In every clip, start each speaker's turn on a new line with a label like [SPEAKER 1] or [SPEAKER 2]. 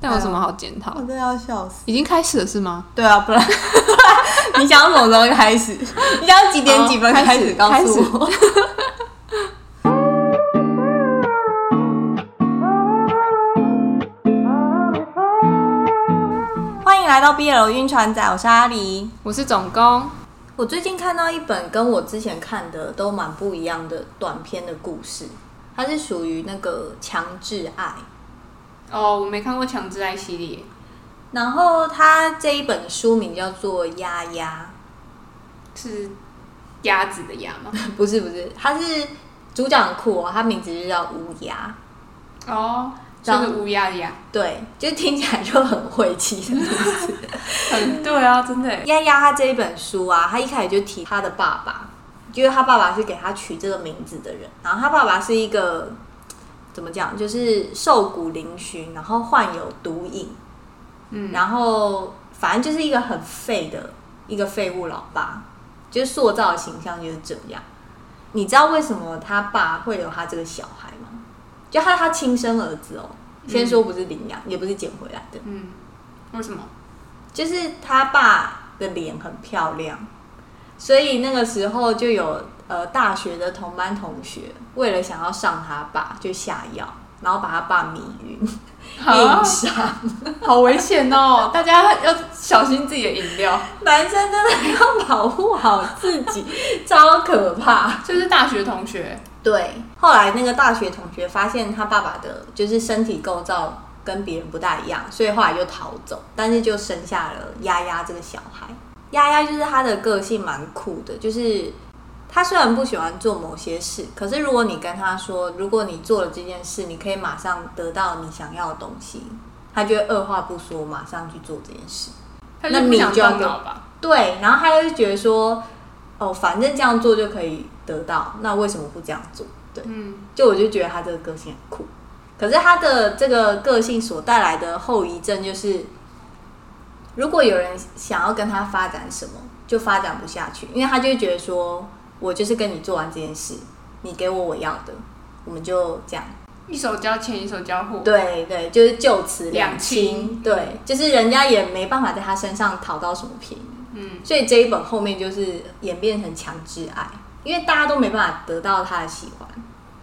[SPEAKER 1] 但有什么好检讨
[SPEAKER 2] 我？真的要笑死。
[SPEAKER 1] 已经开始了是吗？
[SPEAKER 2] 对啊，不然 你想要什么时候开始？ 你想要几点几分
[SPEAKER 1] 好
[SPEAKER 2] 开
[SPEAKER 1] 开
[SPEAKER 2] 始
[SPEAKER 1] 始
[SPEAKER 2] 告
[SPEAKER 1] 开
[SPEAKER 2] 诉
[SPEAKER 1] 始
[SPEAKER 2] 我？ 欢迎来到 BL 晕船仔，我是阿狸。
[SPEAKER 1] 我是总工，
[SPEAKER 2] 我最近看到一本跟我之前看的都蛮不一样的短篇的故事，它是属于那个强制爱。
[SPEAKER 1] 哦，我没看过《强制爱》系列，
[SPEAKER 2] 然后它这一本的书名叫做《丫丫
[SPEAKER 1] 是鸭子的鸭吗？》，
[SPEAKER 2] 不是不是，它是主角很酷哦，它名字就叫乌鸦，
[SPEAKER 1] 哦，
[SPEAKER 2] 然
[SPEAKER 1] 就
[SPEAKER 2] 后
[SPEAKER 1] 是乌鸦的鸭，
[SPEAKER 2] 对，就听起来就很晦气的名字。
[SPEAKER 1] 很对啊，真的耶。
[SPEAKER 2] 丫丫她这一本书啊，她一开始就提她的爸爸，因为她爸爸是给她取这个名字的人，然后她爸爸是一个怎么讲，就是瘦骨嶙峋，然后患有毒瘾，
[SPEAKER 1] 嗯，
[SPEAKER 2] 然后反正就是一个很废的一个废物老爸，就是塑造的形象就是这样。你知道为什么他爸会有他这个小孩吗？就他他亲生儿子哦，先说不是领养，也不是捡回来的，
[SPEAKER 1] 嗯，为 什么？
[SPEAKER 2] 就是他爸的脸很漂亮，所以那个时候就有呃大学的同班同学为了想要上他爸就下药，然后把他爸迷晕，
[SPEAKER 1] 啊
[SPEAKER 2] 硬杀。
[SPEAKER 1] 好危险哦！大家要小心自己的饮料。
[SPEAKER 2] 男生真的要保护好自己，超可怕。
[SPEAKER 1] 就是大学同学，
[SPEAKER 2] 对，后来那个大学同学发现他爸爸的就是身体构造跟别人不大一样，所以后来就逃走，但是就生下了丫丫这个小孩。丫丫就是她的个性蛮酷的，就是她虽然不喜欢做某些事，可是如果你跟她说，如果你做了这件事，你可以马上得到你想要的东西，她就会二话不说马上去做这件事。
[SPEAKER 1] 他
[SPEAKER 2] 那
[SPEAKER 1] 就不
[SPEAKER 2] 你
[SPEAKER 1] 想
[SPEAKER 2] 就要
[SPEAKER 1] 动
[SPEAKER 2] 给
[SPEAKER 1] 脑吧？
[SPEAKER 2] 对，然后他就觉得说，哦，反正这样做就可以得到，那为什么不这样做？对，
[SPEAKER 1] 嗯，
[SPEAKER 2] 就我就觉得他这个个性很酷，可是他的这个个性所带来的后遗症就是，如果有人想要跟他发展什么，就发展不下去，因为他就会觉得说，我就是跟你做完这件事，你给我我要的，我们就这样。
[SPEAKER 1] 一手交钱一手交货。
[SPEAKER 2] 对对，就是就此两
[SPEAKER 1] 两
[SPEAKER 2] 清。对，就是人家也没办法在他身上讨到什么便宜。
[SPEAKER 1] 嗯，
[SPEAKER 2] 所以这一本后面就是演变成强制爱，因为大家都没办法得到他的喜欢。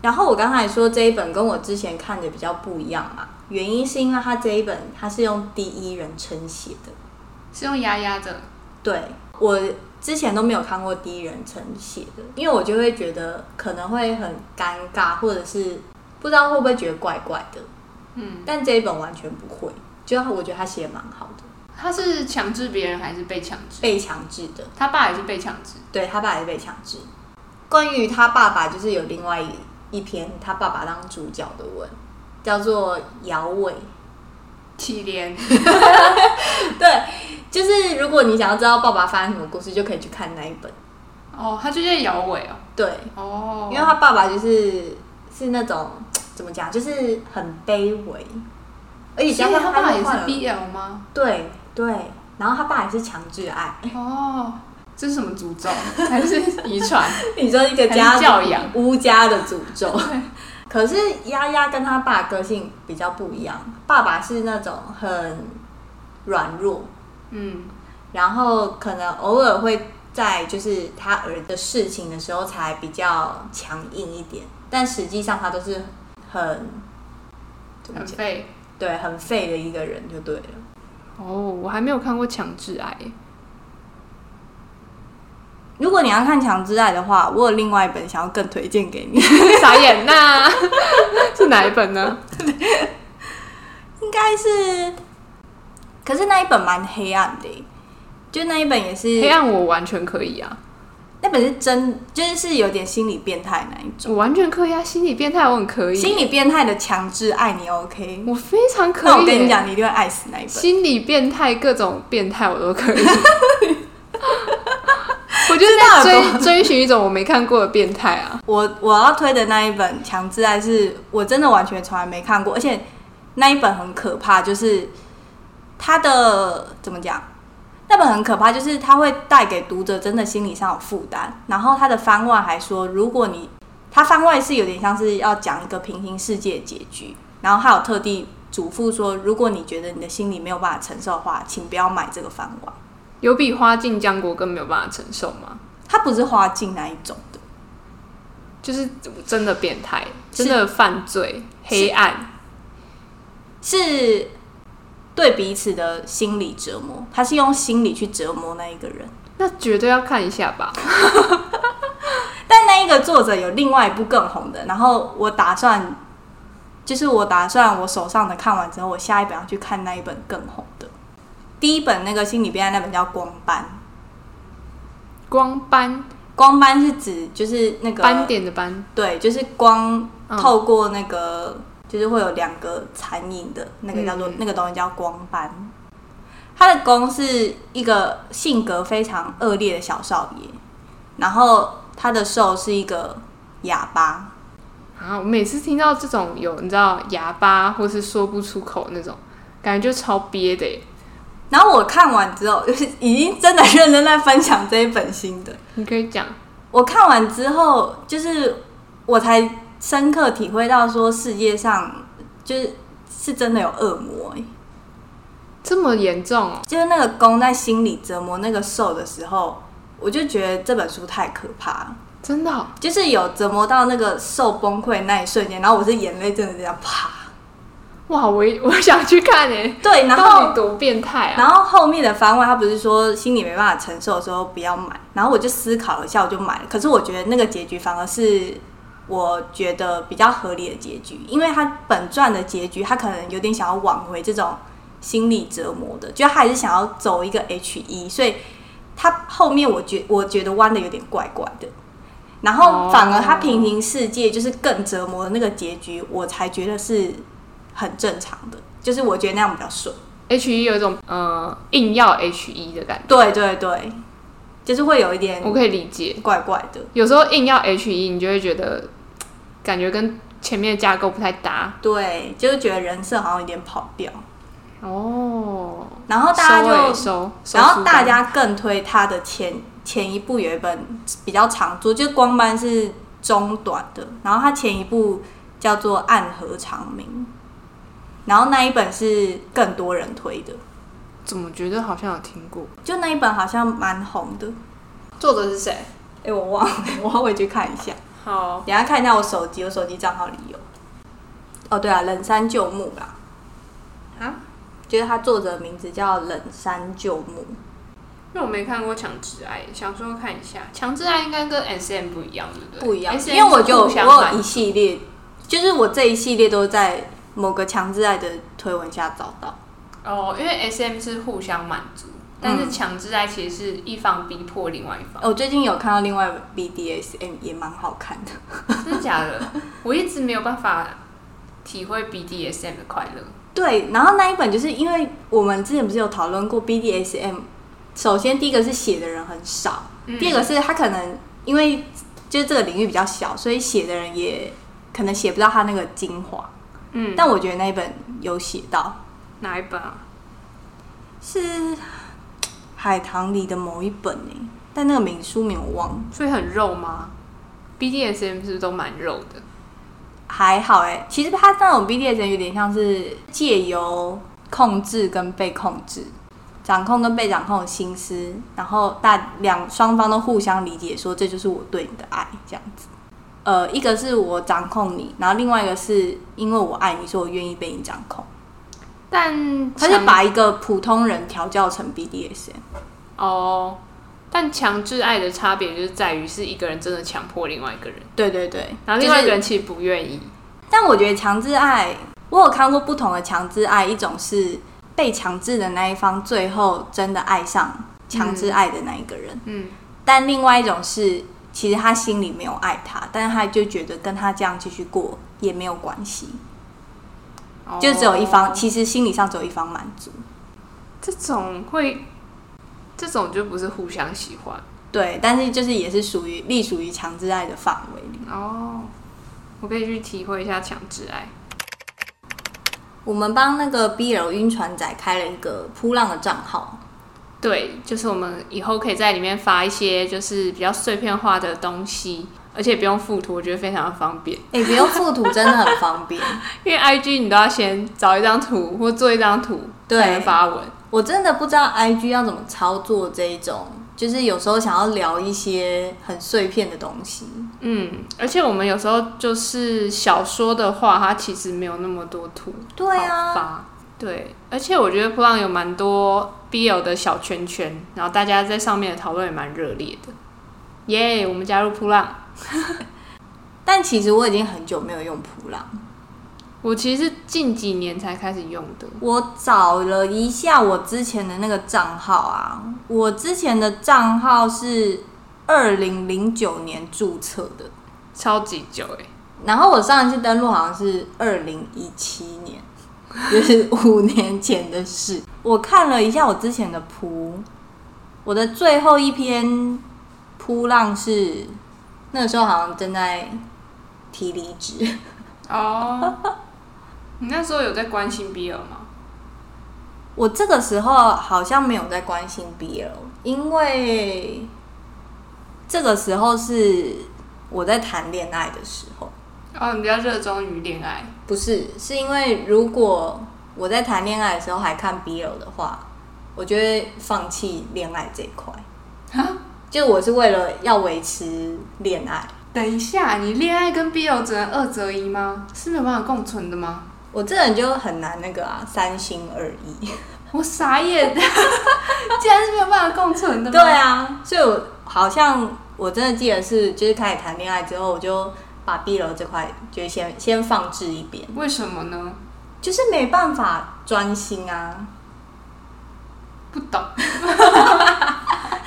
[SPEAKER 2] 然后我刚才说这一本跟我之前看的比较不一样嘛，原因是因为他这一本他是用第一人称写的，
[SPEAKER 1] 是用压压的。
[SPEAKER 2] 对我之前都没有看过第一人称写的，因为我就会觉得可能会很尴尬，或者是不知道会不会觉得怪怪的。
[SPEAKER 1] 嗯，
[SPEAKER 2] 但这一本完全不会，就我觉得他写的蛮好的，
[SPEAKER 1] 他是强制别人还是被强制？
[SPEAKER 2] 被强制的，
[SPEAKER 1] 他爸也是被强 制。
[SPEAKER 2] 对他爸也是被强制。关于他爸爸，就是有另外一一篇他爸爸当主角的文，叫做《摇 尾》。
[SPEAKER 1] 七连，
[SPEAKER 2] 对，就是如果你想要知道爸爸发生什么故事，就可以去看那一本。
[SPEAKER 1] 哦，他就在摇尾哦，
[SPEAKER 2] 对，
[SPEAKER 1] 哦，
[SPEAKER 2] 因为他爸爸就是是那种怎么讲，就是很卑微，而且
[SPEAKER 1] 所
[SPEAKER 2] 加
[SPEAKER 1] 以
[SPEAKER 2] 上
[SPEAKER 1] 他爸也
[SPEAKER 2] 又
[SPEAKER 1] 是
[SPEAKER 2] 患了
[SPEAKER 1] BL 吗？
[SPEAKER 2] 对对，然后他爸也是强制 爱。
[SPEAKER 1] 哦，这是什么诅 咒？还是遗传？
[SPEAKER 2] 你说一个家
[SPEAKER 1] 还是教养
[SPEAKER 2] 乌家的诅咒。可是丫丫跟他爸个性比较不一样，爸爸是那种很软弱，
[SPEAKER 1] 嗯，
[SPEAKER 2] 然后可能偶尔会在就是他儿的事情的时候才比较强硬一点，但实际上他都是很怎么
[SPEAKER 1] 很
[SPEAKER 2] 讲？
[SPEAKER 1] 废。
[SPEAKER 2] 对，很废的一个人就对了。
[SPEAKER 1] 哦，我还没有看过强制爱。
[SPEAKER 2] 如果你要看《强之爱》的话，我有另外一本想要更推荐给你，
[SPEAKER 1] 傻眼呐、 是哪一本呢？
[SPEAKER 2] 应该是，可是那一本蛮黑暗的耶，欸就那一本也
[SPEAKER 1] 黑
[SPEAKER 2] 是，
[SPEAKER 1] 暗我完全可以啊，
[SPEAKER 2] 那本是真，就是是有点心理变态那一种，
[SPEAKER 1] 我完全可以啊，心理变态我很可以，
[SPEAKER 2] 心理变态的强制爱你 OK，
[SPEAKER 1] 我非常可以、
[SPEAKER 2] 那我跟你，讲，你一定会爱死那一本。
[SPEAKER 1] 心理变态各种变态我都可 以。我就是在
[SPEAKER 2] 知道了
[SPEAKER 1] 追追寻一种我没看过的变态啊！
[SPEAKER 2] 我我要推的那一本《强制爱》是我真的完全从来没看过，而且那一本很可怕，就是它的怎么讲？那本很可怕，就是它会带给读者真的心理上有负担。然后它的番外还说，如果你它番外是有点像是要讲一个平行世界的结局，然后还有特地嘱咐说，如果你觉得你的心里没有办法承受的话，请不要买这个饭碗。
[SPEAKER 1] 有比花镜浆果更没有办法承受吗？
[SPEAKER 2] 它不是花镜那一种的，
[SPEAKER 1] 就是真的变态，
[SPEAKER 2] 是
[SPEAKER 1] 真的犯罪，黑暗，
[SPEAKER 2] 是对彼此的心理折磨，他是用心理去折磨那一个人。
[SPEAKER 1] 那绝对要看一下吧。
[SPEAKER 2] 但那一个作者有另外一部更红的，然后我打算，就是我打算我手上的看完之后，我下一本要去看那一本更红的。第一本那个心理变态那本叫《光斑》，
[SPEAKER 1] 光斑
[SPEAKER 2] 光斑是指就是那个
[SPEAKER 1] 斑点的斑，
[SPEAKER 2] 对，就是光
[SPEAKER 1] 嗯
[SPEAKER 2] 透过那个，就是会有两个残影的那个叫做、
[SPEAKER 1] 嗯
[SPEAKER 2] 那个东西叫光斑。他的公是一个性格非常恶劣的小少爷，然后他的受是一个哑巴，
[SPEAKER 1] 啊！我每次听到这种有你知道哑巴或是说不出口那种，感觉就超憋的耶。欸
[SPEAKER 2] 然后我看完之后， 就是已经真的认真在分享这一本新的。
[SPEAKER 1] 你可以讲，
[SPEAKER 2] 我看完之后，就是我才深刻体会到，说世界上就是是真的有恶魔、欸。
[SPEAKER 1] 这么严重哦？
[SPEAKER 2] 就是那个公在心里折磨那个受的时候，我就觉得这本书太可怕了。
[SPEAKER 1] 真的哦、
[SPEAKER 2] 就是有折磨到那个受崩溃那一瞬间，然后我是眼泪真的这样啪。
[SPEAKER 1] 哇！我也我想去看诶，
[SPEAKER 2] 对， 然
[SPEAKER 1] 到
[SPEAKER 2] 后
[SPEAKER 1] 底多变态啊！
[SPEAKER 2] 然后后面的番外，他不是说心里没办法承受的时候不要买，然后我就思考了一下，我就买了。可是我觉得那个结局反而是我觉得比较合理的结局，因为他本传的结局，他可能有点想要挽回这种心理折磨的，就他还是想要走一个 H 一，所以他后面我觉我觉得弯的有点怪怪的。然后反而他平行世界就是更折磨的那个结局，我才觉得是很正常的，就是我觉得那样比较顺。
[SPEAKER 1] H E 有一种呃硬要 H E 的感
[SPEAKER 2] 对对对，就是会有一点
[SPEAKER 1] 觉，我可以理解。
[SPEAKER 2] 怪怪的。
[SPEAKER 1] 有时候硬要 H E，你就会觉得嘖感觉跟前面的架构不太搭
[SPEAKER 2] 对，就是觉得人设好像有点跑掉，
[SPEAKER 1] 哦。
[SPEAKER 2] 然后大家
[SPEAKER 1] 收尾
[SPEAKER 2] 就，
[SPEAKER 1] 收，收
[SPEAKER 2] 然后
[SPEAKER 1] 书
[SPEAKER 2] 大
[SPEAKER 1] 单
[SPEAKER 2] 家更推他的前前一部有一本比较长作，就是光斑是中短的，然后他前一部叫做《暗河长明》，然后那一本是更多人推的，
[SPEAKER 1] 怎么觉得好像有听过？
[SPEAKER 2] 就那一本好像蛮红的，
[SPEAKER 1] 作者是谁？
[SPEAKER 2] 哎、我忘了，我要回去看一下。
[SPEAKER 1] 好，
[SPEAKER 2] 等一下看一下我手机，我手机账号里有。哦，对啊，冷山旧木啦，
[SPEAKER 1] 啊，
[SPEAKER 2] 就是他作者的名字叫冷山旧木。
[SPEAKER 1] 因为我没看过《强制爱》，想说看一下。《强制爱》应该跟 S M 不一样，对不对？
[SPEAKER 2] 不一样，
[SPEAKER 1] SM
[SPEAKER 2] 因为我
[SPEAKER 1] 是
[SPEAKER 2] 就
[SPEAKER 1] 互相
[SPEAKER 2] 我
[SPEAKER 1] 买
[SPEAKER 2] 有一系列，就是我这一系列都在某个强制爱的推文下找到。
[SPEAKER 1] 哦，因为 S M 是互相满足，
[SPEAKER 2] 嗯
[SPEAKER 1] 但是《强制爱》其实是一方逼迫另外一 方，
[SPEAKER 2] 哦我最近有看到另外一本 BDSM 也蛮好看的，
[SPEAKER 1] 真的假的？我一直没有办法体会 B D S M 的快乐。
[SPEAKER 2] 对。然后那一本就是因为我们之前不是有讨论过 BDSM，首先第一个是写的人很少，
[SPEAKER 1] 嗯
[SPEAKER 2] 第二个是他可能因为就是这个领域比较小，所以写的人也可能写不到他那个精华。
[SPEAKER 1] 嗯，
[SPEAKER 2] 但我觉得那一本有写到，
[SPEAKER 1] 哪一本啊？
[SPEAKER 2] 是《海棠》里的某一本哎、但那个名书名我忘了，
[SPEAKER 1] 所以很肉吗？BDSM 是不是都蛮肉的？
[SPEAKER 2] 还好哎、其实他那种 BDSM 有点像是借由控制跟被控制。掌控跟被掌控的心思，然后大两双方都互相理解，说这就是我对你的爱，这样子。呃，一个是我掌控你，然后另外一个是因为我爱你，所以我愿意被你掌控。
[SPEAKER 1] 但
[SPEAKER 2] 他就
[SPEAKER 1] 强
[SPEAKER 2] 把一个普通人调教成 BDSM，
[SPEAKER 1] 哦，但强制爱的差别就是在于是一个人真的强迫另外一个人，
[SPEAKER 2] 对对对，
[SPEAKER 1] 然后另外一个
[SPEAKER 2] 就是
[SPEAKER 1] 人其实不愿意。
[SPEAKER 2] 但我觉得强制爱，我有看过不同的强制爱，一种是被强制的那一方最后真的爱上强制爱的那一个人，
[SPEAKER 1] 嗯，
[SPEAKER 2] 但另外一种是其实他心里没有爱他，但是他就觉得跟他这样继续过也没有关系，
[SPEAKER 1] 哦
[SPEAKER 2] 就只有一方，其实心理上只有一方满足。
[SPEAKER 1] 这种会，这种就不是互相喜欢
[SPEAKER 2] 对，但是就是也是属于隶属于强制爱的范围里。
[SPEAKER 1] 哦。我可以去体会一下强制爱。
[SPEAKER 2] 我们帮那个 BL 晕船仔开了一个扑浪的账号，
[SPEAKER 1] 对，就是我们以后可以在里面发一些就是比较碎片化的东西，而且不用附图，我觉得非常的方便。
[SPEAKER 2] 哎、不用附图真的很 方便。
[SPEAKER 1] 因为 IG 你都要先找一张图或做一张图
[SPEAKER 2] 对
[SPEAKER 1] 才能发文，
[SPEAKER 2] 我真的不知道 IG 要怎么操作这一种，就是有时候想要聊一些很碎片的东西。
[SPEAKER 1] 嗯，而且我们有时候就是小说的话，它其实没有那么多图，
[SPEAKER 2] 对
[SPEAKER 1] 好
[SPEAKER 2] 啊，
[SPEAKER 1] 发，对，而且我觉得普浪有蛮多 BL 的小圈圈，然后大家在上面的讨论也蛮热烈的，耶、我们加入普浪，
[SPEAKER 2] 但其实我已经很久没有用普朗，
[SPEAKER 1] 我其实是近几年才开始用的，
[SPEAKER 2] 我找了一下我之前的那个账号啊，我之前的账号是二零零九年注册的，
[SPEAKER 1] 超级久哎、
[SPEAKER 2] 然后我上一次登录好像是二零一七年， 就是五年前的事。我看了一下我之前的铺，我的最后一篇铺浪是那个时候好像正在提离职，
[SPEAKER 1] 哦、 你那时候有在关心 BL 吗？
[SPEAKER 2] 我这个时候好像没有在关心 BL，因为这个时候是我在谈恋爱的时候。
[SPEAKER 1] 哦，你比较热衷于恋爱，
[SPEAKER 2] 不是，是因为如果我在谈恋爱的时候还看 BL 的话，我就会放弃恋爱这一块。就我是为了要维持恋爱，
[SPEAKER 1] 等一下，你恋爱跟 BL 只能二择一吗？是没有办法共存的吗？
[SPEAKER 2] 我这人就很难那个啊，三心二意。
[SPEAKER 1] 我傻眼，竟然是没有办法共存的吗？
[SPEAKER 2] 对，啊，所以我好像我真的记得是，就是开始谈恋爱之后，我就把 BL 这块就先先放置一边，
[SPEAKER 1] 为什么呢？
[SPEAKER 2] 就是没办法专心啊。
[SPEAKER 1] 不懂。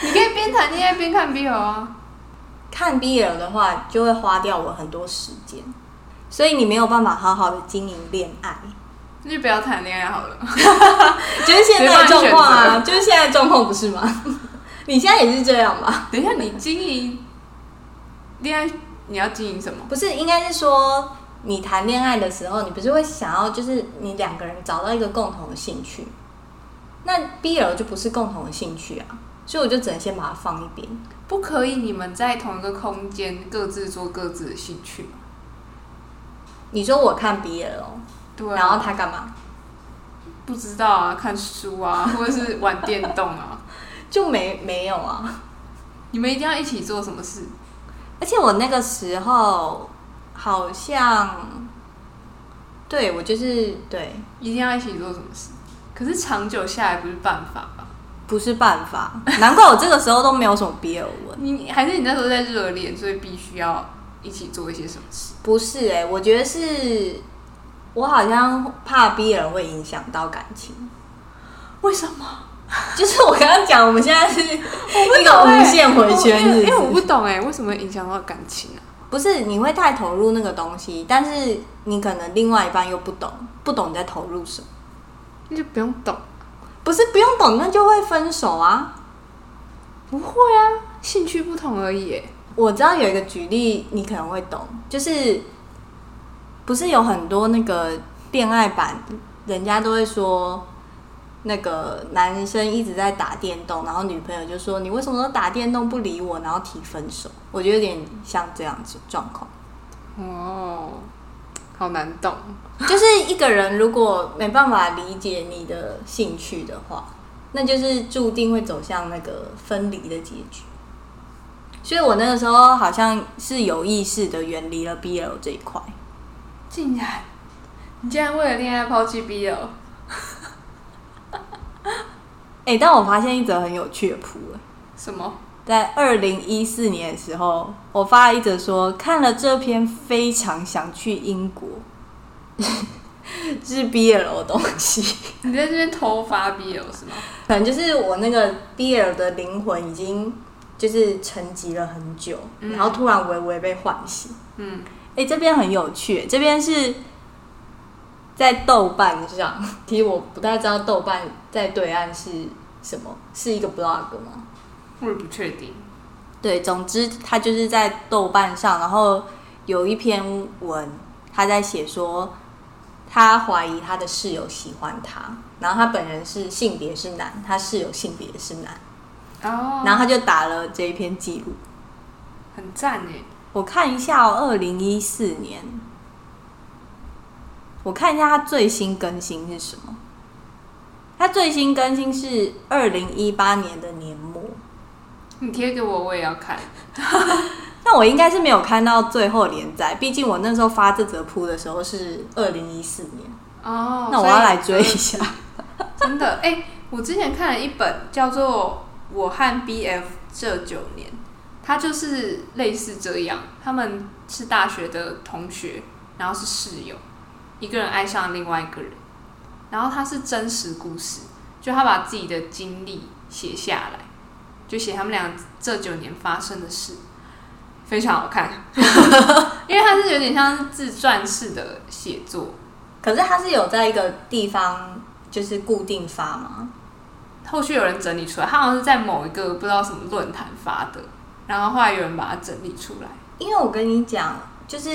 [SPEAKER 1] 你可以边谈恋爱边看 BL 啊。
[SPEAKER 2] 看 BL 的话，就会花掉我很多时间，所以你没有办法好好的经营恋爱，
[SPEAKER 1] 那就不要谈恋爱好了。
[SPEAKER 2] 就是现在的状况
[SPEAKER 1] 没办法
[SPEAKER 2] 啊，就是现在的状况不是吗？ 你现在也是这样吧？
[SPEAKER 1] 等一下，你经营恋爱，你要经营什么？
[SPEAKER 2] 不是，应该是说你谈恋爱的时候，你不是会想要就是你两个人找到一个共同的兴趣，那 BL 就不是共同的兴趣啊，所以我就只能先把它放一边。
[SPEAKER 1] 不可以你们在同一个空间各自做各自的兴趣吗？
[SPEAKER 2] 你说我看 BL，、哦
[SPEAKER 1] 对、啊，
[SPEAKER 2] 然后他干嘛？
[SPEAKER 1] 不知道啊，看书啊，或者是玩电动啊。
[SPEAKER 2] 就没没有啊。
[SPEAKER 1] 你们一定要一起做什么事？
[SPEAKER 2] 而且我那个时候好像，对我就是对，
[SPEAKER 1] 一定要一起做什么事？可是长久下来不是办法吧？
[SPEAKER 2] 不是办法，难怪我这个时候都没有什么 BL 文。
[SPEAKER 1] 你还是你那时候在热恋，所以必须要一起做一些什么事？
[SPEAKER 2] 不是哎、我觉得是我好像怕 BL 会影响到感情，
[SPEAKER 1] 为什么？
[SPEAKER 2] 就是我刚刚讲，我们现在是一
[SPEAKER 1] 我
[SPEAKER 2] 个无限回圈，
[SPEAKER 1] 因为因
[SPEAKER 2] 是
[SPEAKER 1] 为我
[SPEAKER 2] 不
[SPEAKER 1] 不
[SPEAKER 2] 是？
[SPEAKER 1] 懂哎，为什么会影响到感情啊？
[SPEAKER 2] 不是你会太投入那个东西，但是你可能另外一半又不懂，不懂你在投入什么，
[SPEAKER 1] 那就不用懂，
[SPEAKER 2] 不是不用懂，那就会分手啊。
[SPEAKER 1] 不会啊，兴趣不同而已欸。
[SPEAKER 2] 我知道有一个举例，你可能会懂，就是不是有很多那个恋爱版，人家都会说那个男生一直在打电动，然后女朋友就说你为什么都打电动不理我，然后提分手。我觉得有点像这样子状况，
[SPEAKER 1] 哦，好难懂。
[SPEAKER 2] 就是一个人如果没办法理解你的兴趣的话，那就是注定会走向那个分离的结局。所以我那个时候好像是有意识的远离了 BL 这一块。
[SPEAKER 1] 竟然，你竟然为了恋爱抛弃 BL，
[SPEAKER 2] 哎、但我发现一则很有趣的谱了。
[SPEAKER 1] 什么？
[SPEAKER 2] 在二零一四年的时候，我发了一则说看了这篇非常想去英国， 是 BL 的东西，
[SPEAKER 1] 你在这边偷发 BL 是吗？
[SPEAKER 2] 可能就是我那个 BL 的灵魂已经就是沉寂了很久，
[SPEAKER 1] 嗯
[SPEAKER 2] 然后突然微微被唤醒。
[SPEAKER 1] 嗯，
[SPEAKER 2] 哎、这边很有趣，这边是在豆瓣上， 其实我不太知道豆瓣在对岸是什么，是一个 blog 吗？
[SPEAKER 1] 我也不确定。
[SPEAKER 2] 对，总之他就是在豆瓣上，然后有一篇文，他在写说他怀疑他的室友喜欢他，然后他本人是性别是男，他室友性别是男，
[SPEAKER 1] 哦，
[SPEAKER 2] 然后他就打了这一篇记录。
[SPEAKER 1] 很赞哎，
[SPEAKER 2] 我看一下哦，二零一四年，我看一下它最新更新是什么。它最新更新是二零一八年的年末，
[SPEAKER 1] 你贴给我，我也要看。
[SPEAKER 2] 那我应该是没有看到最后连载，毕竟我那时候发这则铺的时候是二零一四年，
[SPEAKER 1] 哦，
[SPEAKER 2] 那我要来追一下。
[SPEAKER 1] 所以 真的哎、我之前看了一本叫做《我和 BF 这九年》，它就是类似这样，他们是大学的同学，然后是室友，一个人爱上另外一个人，然后它是真实故事，就他把自己的经历写下来，就写他们俩这九年发生的事。非常好看， 因为它是有点像是自传式的写作，
[SPEAKER 2] 可是它是有在一个地方就是固定发吗？
[SPEAKER 1] 后续有人整理出来，他好像是在某一个不知道什么论坛发的，然后后来有人把它整理出来。
[SPEAKER 2] 因为我跟你讲，就是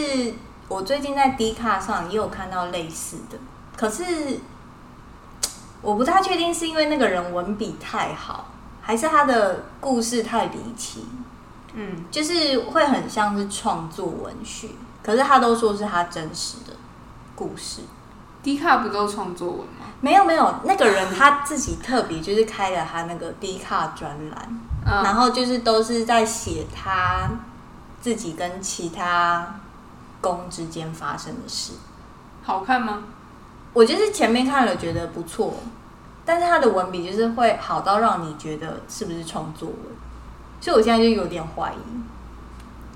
[SPEAKER 2] 我最近在 D 卡上也有看到类似的，可是我不太确定是因为那个人文笔太好，还是他的故事太离奇，
[SPEAKER 1] 嗯，
[SPEAKER 2] 就是会很像是创作文学。可是他都说是他真实的故事，
[SPEAKER 1] 迪卡不都创作文吗？
[SPEAKER 2] 没有没有，那个人他自己特别就是开了他那个 D 卡专栏，
[SPEAKER 1] 嗯，
[SPEAKER 2] 然后就是都是在写他自己跟其他公之间发生的事。
[SPEAKER 1] 好看吗？
[SPEAKER 2] 我就是前面看了觉得不错，但是他的文笔就是会好到让你觉得是不是创作文，所以我现在就有点怀疑，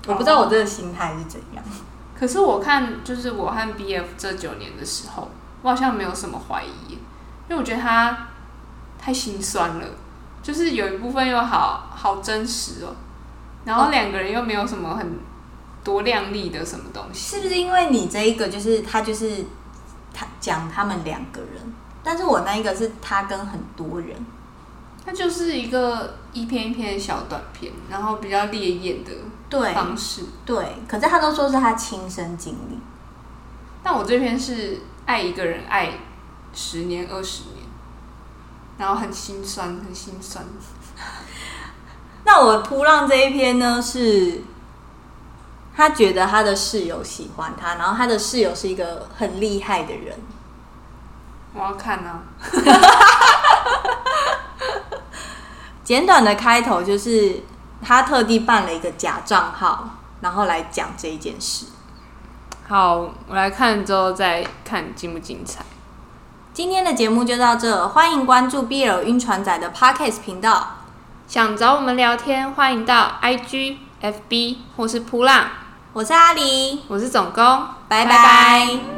[SPEAKER 2] 我不知道我这个心态是怎样。
[SPEAKER 1] 可是我看就是我和 BF 这九年的时候，我好像没有什么怀疑，因为我觉得他太心酸了，就是有一部分又好好真实哦，然后两个人又没有什么很多亮丽的什么东西。
[SPEAKER 2] 是不是因为你这一个就是他就是他讲他们两个人，但是我那一个是他跟很多人，
[SPEAKER 1] 它就是一个一篇一篇的小短片，然后比较烈焰的
[SPEAKER 2] 对
[SPEAKER 1] 方式。
[SPEAKER 2] 对，可是他都说是他亲身经历。
[SPEAKER 1] 但我这篇是爱一个人爱十年二十年，然后很心酸，很心酸。
[SPEAKER 2] 那我扑浪这一篇呢，是他觉得他的室友喜欢他，然后他的室友是一个很厉害的人，
[SPEAKER 1] 我要看啊，
[SPEAKER 2] 简短的开头就是他特地办了一个假账号，然后来讲这一件事。
[SPEAKER 1] 好，我来看之后再看精不精彩。
[SPEAKER 2] 今天的节目就到这，欢迎关注 BL 晕船仔的 Podcast 频道。
[SPEAKER 1] 想找我们聊天，欢迎到 IG、FB 或是扑浪。
[SPEAKER 2] 我是阿狸，
[SPEAKER 1] 我是总工，
[SPEAKER 2] 拜拜